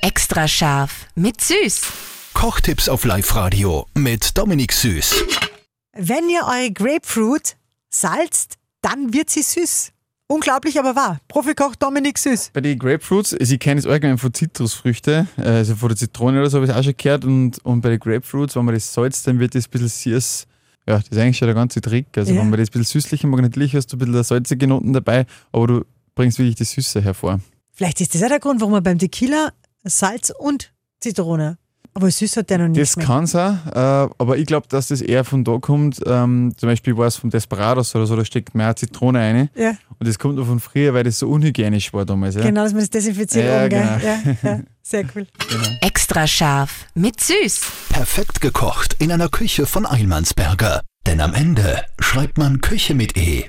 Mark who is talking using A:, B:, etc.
A: Extra scharf mit Süß.
B: Kochtipps auf Live-Radio mit Dominik Süß.
C: Wenn ihr eure Grapefruit salzt, dann wird sie süß. Unglaublich, aber wahr. Profikoch Dominik Süß.
D: Bei den Grapefruits, ich kenne das allgemein von Zitrusfrüchten, äh, also von der Zitrone oder so habe ich auch schon gehört. Und, und bei den Grapefruits, wenn man das salzt, dann wird das ein bisschen süß. Ja, das ist eigentlich schon der ganze Trick. Also
C: Ja.
D: wenn man das ein bisschen süßlicher mag, natürlich hast du ein bisschen der salzige Noten dabei, aber du bringst wirklich die Süße hervor.
C: Vielleicht ist das ja der Grund, warum man beim Tequila Salz und Zitrone. Aber süß hat der noch nicht.
D: Das
C: geschmeckt.
D: kann sein, äh, aber ich glaube, dass das eher von da kommt. Ähm, zum Beispiel war es vom Desperados oder so, da steckt mehr Zitrone rein.
C: Ja,
D: Und das kommt nur von früher, weil das so unhygienisch war damals. Ja?
C: genau, dass man das desinfiziert
D: Ja,
C: oben,
D: genau.
C: gell? Ja, ja, sehr cool.
A: Extra scharf mit Süß.
B: Perfekt gekocht in einer Küche von Eilmannsberger. Denn am Ende schreibt man Küche mit E.